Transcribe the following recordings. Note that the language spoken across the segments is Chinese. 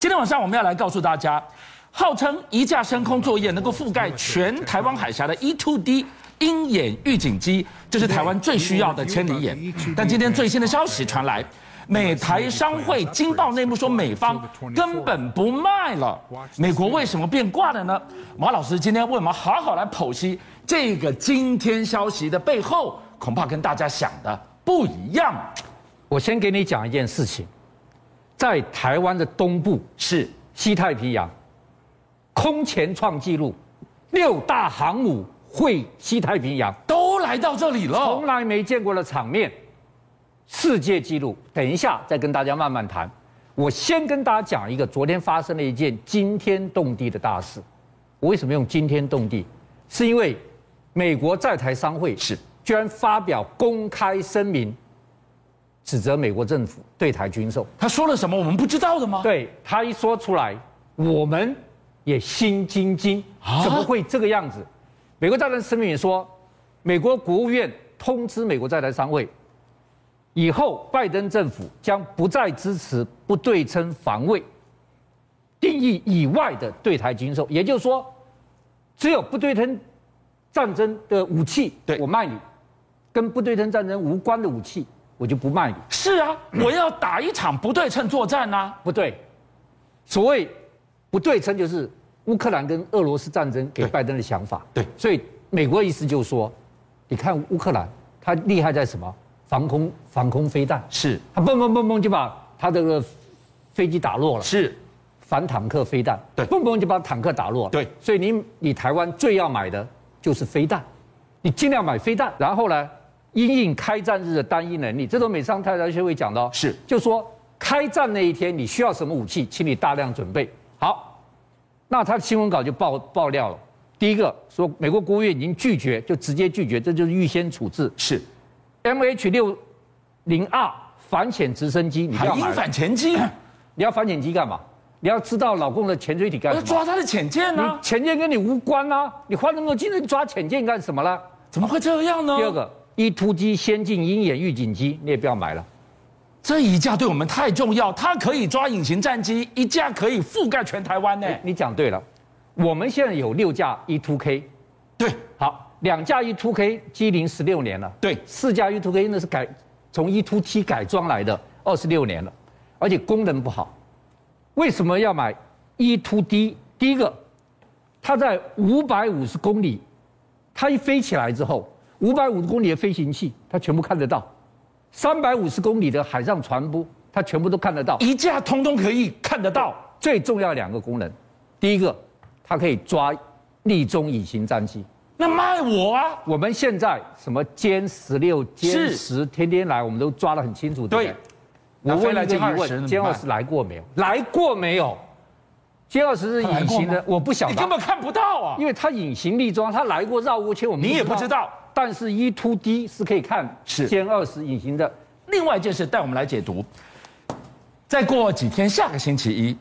今天晚上我们要来告诉大家，号称一架升空作业能够覆盖全台湾海峡的 E2D 鹰眼预警机，这是台湾最需要的千里眼。但今天最新的消息传来，美台商会惊爆内幕，说美方根本不卖了。美国为什么变卦了呢？马老师今天为我们好好来剖析这个惊天消息的背后，恐怕跟大家想的不一样。我先给你讲一件事情，在台湾的东部是西太平洋，空前创纪录，六大航母会西太平洋，都来到这里了从，来没见过的场面，世界纪录。等一下再跟大家慢慢谈。我先跟大家讲一个昨天发生了一件惊天动地的大事。我为什么用惊天动地？是因为美国在台商会是居然发表公开声明，指责美国政府对台军售。他说了什么我们不知道的吗？对他一说出来，我们也心惊惊，啊怎么会这个样子？美国在台声明也说，美国国务院通知美国在台商会，以后拜登政府将不再支持不对称防卫定义以外的对台军售，也就是说，只有不对称战争的武器对我卖你，跟不对称战争无关的武器我就不卖你。是啊，我要打一场不对称作战啊呐、不对，所谓不对称就是乌克兰跟俄罗斯战争给对拜登的想法。对所以美国意思就是说，你看乌克兰它厉害在什么？防空防空飞弹，是它蹦蹦蹦蹦就把它这个飞机打落了，是，反坦克飞弹，对蹦蹦就把坦克打落了。对所以你你台湾最要买的就是飞弹，你尽量买飞弹，然后呢，因应开战日的单一能力，这都美商太太学会讲的哦。是就说开战那一天你需要什么武器，请你大量准备好。那他新闻稿就爆爆料了，第一个说美国国务院已经拒绝，就直接拒绝，这就是预先处置是 MH 六零二反潜直升机，你不还 要买英了，反前进，你要反潜机干嘛？你要知道老共的嗯潜水体我干要什么？抓他的潜舰啊呢、你潜舰跟你无关啊，你花那么多精力抓潜舰干什么啦？怎么会这样呢？第二，个，E 突机先进鹰眼预警机你也不要买了，这一架对我们太重要，它可以抓隐形战机，一架可以覆盖全台湾呢、你讲对了，我们现在有六架 E 突 K，对好，两架 E 突 K 机龄十六年了，对，四架 E 突 K 那是改从 E 突 T 改装来的，二十六年了，而且功能不好，为什么要买 E 突 D？第一个，它在五百五十公里，它一飞起来之后，五百五十公里的飞行器它全部看得到，三百五十公里的海上船舶它全部都看得到。一架通通可以看得到，最重要两个功能，第一个，它可以抓逆中隐形战机。那卖我啊！我们现在什么歼十六、歼是十，天天来，我们都抓得很清楚，对不对对？我问那一飞个来歼20疑怎问：么歼办二十来过没有？来过没有？歼二十是它来隐过形的吗，我不晓你得根，本看不到啊！因为它隐形立桩，它来过绕过圈，我们你也不知道。但是 E to D 是可以看是歼二十隐形的，另外一件事带我们来解读。再过几天，下个星期一，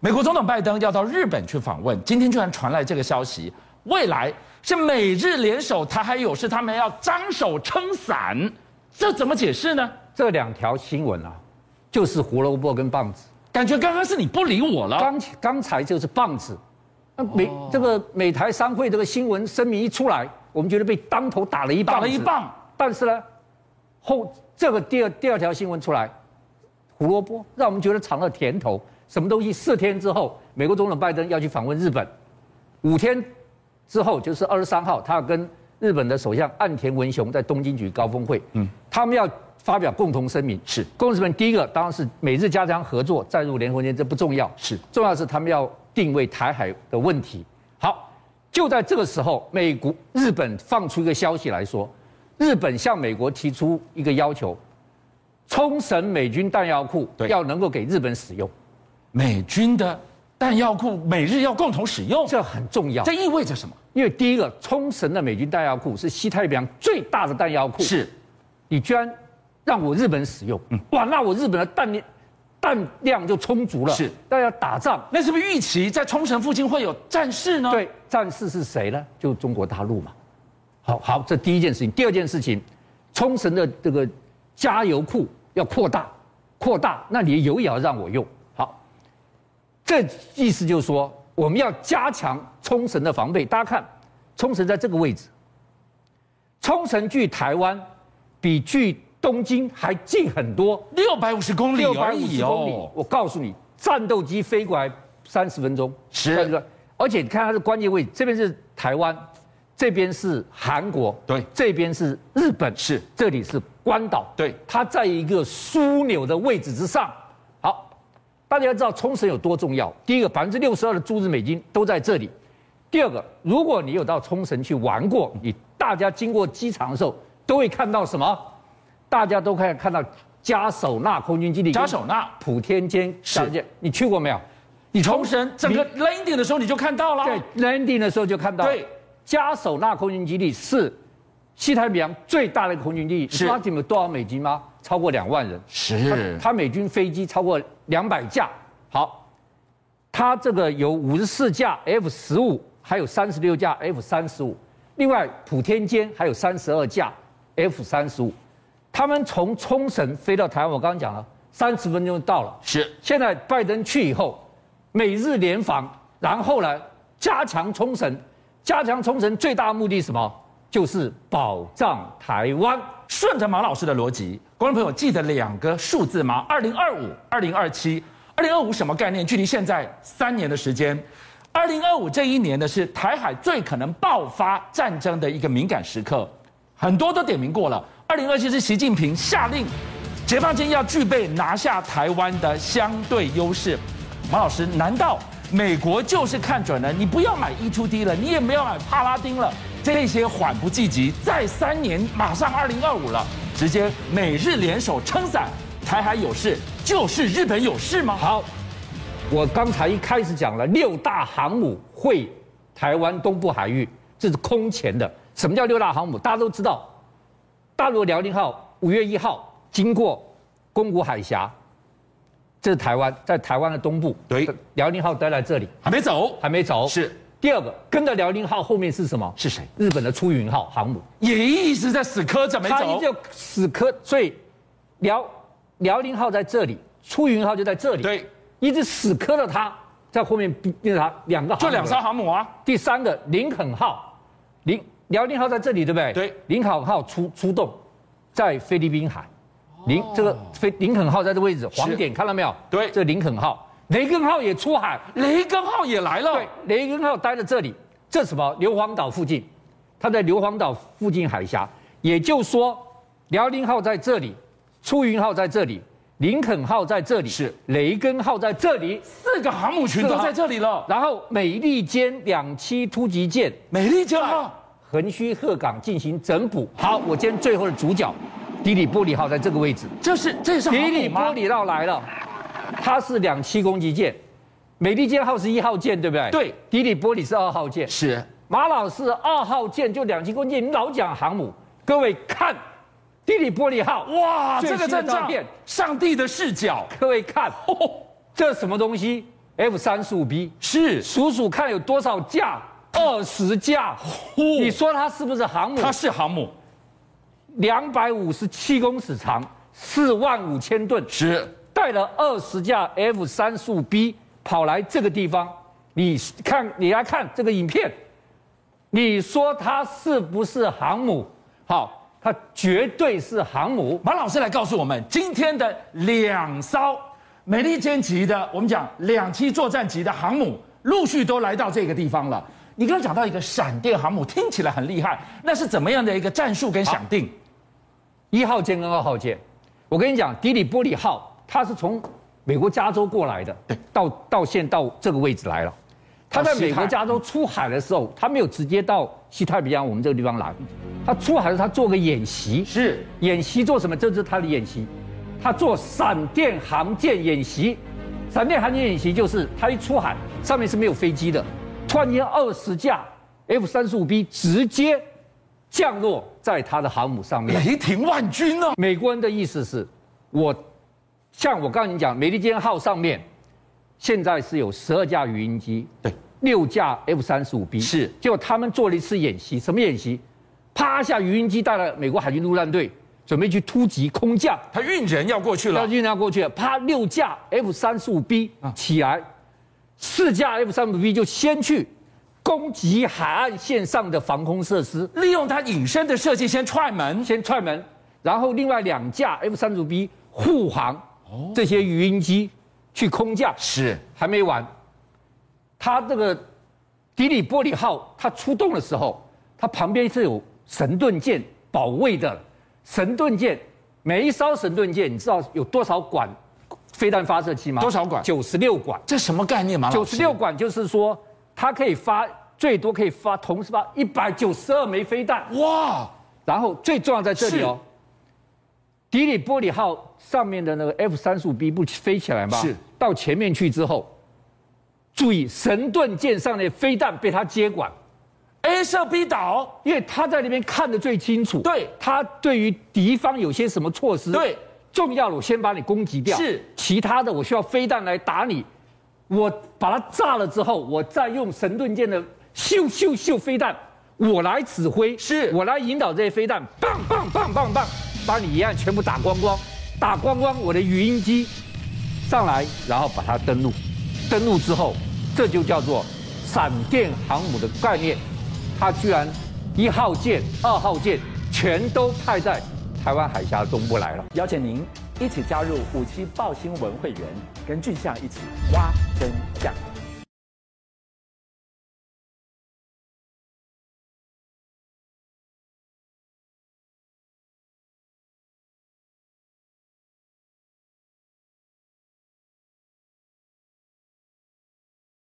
美国总统拜登要到日本去访问，今天居然传来这个消息，未来是美日联手，他还有是他们要张手撑伞，这怎么解释呢？这两条新闻啊，就是胡萝卜跟棒子。感觉刚刚是你不理我了，刚刚才就是棒子，那美、哦这个美台商会这个新闻声明一出来，我们觉得被当头打了一棒，打了一。棒，但是呢，后这个第二第二条新闻出来，胡萝卜让我们觉得尝了甜头。什么东西？四天之后，美国总统拜登要去访问日本，五天之后就是二十三号，他要跟日本的首相岸田文雄在东京举高峰会，嗯，他们要发表共同声明。是共同声明第一个当然是美日加强合作，再入联合国间，这不重要，是重要是他们要定位台海的问题。好，就在这个时候，美国日本放出一个消息来说，日本向美国提出一个要求，冲绳美军弹药库对要能够给日本使用，美军的弹药库美日要共同使用，这很重要这。意味着什么？因为第一个，冲绳的美军弹药库是西太平洋最大的弹药库，是嗯你居然让我日本使用，哇，那我日本的弹量弹量就充足了，是，那要打仗。那是不是预期在冲绳附近会有战事呢？，对，战事是谁呢？就中国大陆嘛。好好，这第一件事情。第二件事情，冲绳的这个加油库要扩大，扩大，那你的油也要让我用。好，这意思就是说，我们要加强冲绳的防备。大家看，冲绳在这个位置，冲绳距台湾比距东京还近很多，六百五十公里六百而五已十公里哦。。我告诉你，战斗机飞过来三十分钟，是30分钟而且你看它的关键位置，这边是台湾，这边是韩国，对这边是日本，是这里是关岛，对它在一个枢纽的位置之上。好，大家要知道冲绳有多重要。第一个，百分之六十二的驻日美金都在这里。第二个，如果你有到冲绳去玩过，你大家经过机场的时候，都会看到什么？大家都看看到加手纳空军基地、加手纳、普天间是哦加手间，你去过没有？你冲绳整个 landing 的时候你就看到了，在 landing 的时候就看到，对，加手纳空军基地是西太平洋最大的一个空军基地，你是知道它有多少美军吗？超过两万人，是它美军飞机超过两百架。好，它这个有五十四架 F 十五，还有三十六架 F 三十五，另外普天间还有三十二架 F 三十五，他们从冲绳飞到台湾，我刚刚讲了，三十分钟就到了。是现在拜登去以后，美日联防，然后呢加强冲绳，加强冲绳最大的目的是什么？就是保障台湾。顺着马老师的逻辑，观众朋友记得两个数字吗？二零二五、二零二七、二零二五什么概念？距离现在三年的时间。二零二五这一年呢，是台海最可能爆发战争的一个敏感时刻，很多都点名过了。二零二七是习近平下令，解放军要具备拿下台湾的相对优势。马老师，难道美国就是看准了你不要买 E t D 了，你也没有买帕拉丁了，这些缓不济急，再三年马上二零二五了，直接美日联手撑伞，台海有事就是日本有事吗？好，我刚才一开始讲了六大航母会台湾东部海域，这是空前的。什么叫六大航母？大家都知道，大陆辽宁号五月一号经过宫古海峡，这是台湾，在台湾的东部。对辽宁号待在这里。还没走，还没走。是第二个，跟着辽宁号后面是什么？是谁？日本的出云号航母，也一直在死磕着没它一走定，要死磕，所以辽辽宁号在这里，出云号就在这里，对，一直死磕着它，在后面逼逼着它两个航母，就两艘。航母啊，第三个林肯号，林辽宁号在这里对不对？对，林肯号出出动，在菲律宾海，哦林、这个菲林肯号在这位置，黄点看到没有？对这林肯号，雷根号也出海，雷根号也来了对，，雷根号待在这里，这什么？硫磺岛附近，它在硫磺岛附近海峡，也就是说，辽宁号在这里，出云号在这里，林肯号在这里，是雷根号在这里，四个航母群都在这里了，然后美利坚两栖突击舰美利坚号。横须贺港进行整补。好，我今天最后的主角，迪里波里号在这个位置，这是这是航迪母里吗波里号来了，它是两栖攻击舰，美利坚号是一号舰，对不对？对，迪里波里是二号舰。是马老师二号舰就两栖攻击舰，你老讲航母，各位看，地理玻璃号，哇，最这新个的阵照仗片，上帝的视角，各位看， 哦、这什么东西？F 三十五 B，是数数看有多少架？二十架，哦你说它是不是航母它？是航母，两百五十七公尺长，四万五千吨，是带了二十架 F 三十五 B 跑来这个地方，你看，你来看这个影片，你说它是不是航母？好，它绝对是航母。马老师来告诉我们今天的两艘美利坚级的，我们讲两栖作战级的航母，陆续都来到这个地方了。你刚刚讲到一个闪电航母，听起来很厉害，那是怎么样的一个战术跟想定？一号舰跟二号舰，我跟你讲，迪里波里号它是从美国加州过来的，到到现到这个位置来了。它在美国加州出海的时候，它没有直接到西太平洋我们这个地方来，它出海的时候它做个演习，是演习做什么？这就是他的演习，他做闪电航舰演习。闪电航舰演习就是他一出海，上面是没有飞机的，突然间二十架 F 三十五 B 直接降落在他的航母上面。雷霆万钧呢、美国人的意思是，我像我刚才你讲，美利坚号上面现在是有十二架鱼鹰机，对，六架 F 三十五 B 是结果他们做了一次演习，什么演习？趴下鱼鹰机带了美国海军陆战队，准备去突击空降，他运人要过去要了，啊运到过去，趴六架 F 三十五 B 起来，四架 F 三五 B 就先去攻击海岸线上的防空设施，利用它隐身的设计先踹门，先踹门，然后另外两架 F 三五 B 护航这些鱼鹰机去空架。哦是还没完，他这个迪里波里号他出动的时候，他旁边是有神盾舰保卫的。神盾舰每一艘神盾舰，你知道有多少管飞弹发射器吗？多少管九十六管。这什么概念，马老九师？十六管就是说，它可以发最多可以发同时发一百九十二枚飞弹。哇，然后最重要在这里哦，迪里波里号上面的那个 F 三十五 B 不飞起来吗？是到前面去之后，注意神盾舰上的飞弹被它接管， A 射 B 倒，因为他在那边看得最清楚。对他对于敌方有些什么措施，对，重要的我先把你攻击掉，是其他的我需要飞弹来打你，我把它炸了之后，我再用神盾舰的咻咻咻飞弹，我来指挥，是我来引导这些飞弹，棒棒棒棒棒，把你一岸全部打光光，打光光，我的语音机上来，然后把它登陆，登陆之后，这就叫做闪电航母的概念。它居然一号舰、二号舰全都派在台湾海峡东部来了。邀请您一起加入五七报新闻会员，跟俊相一起挖真相。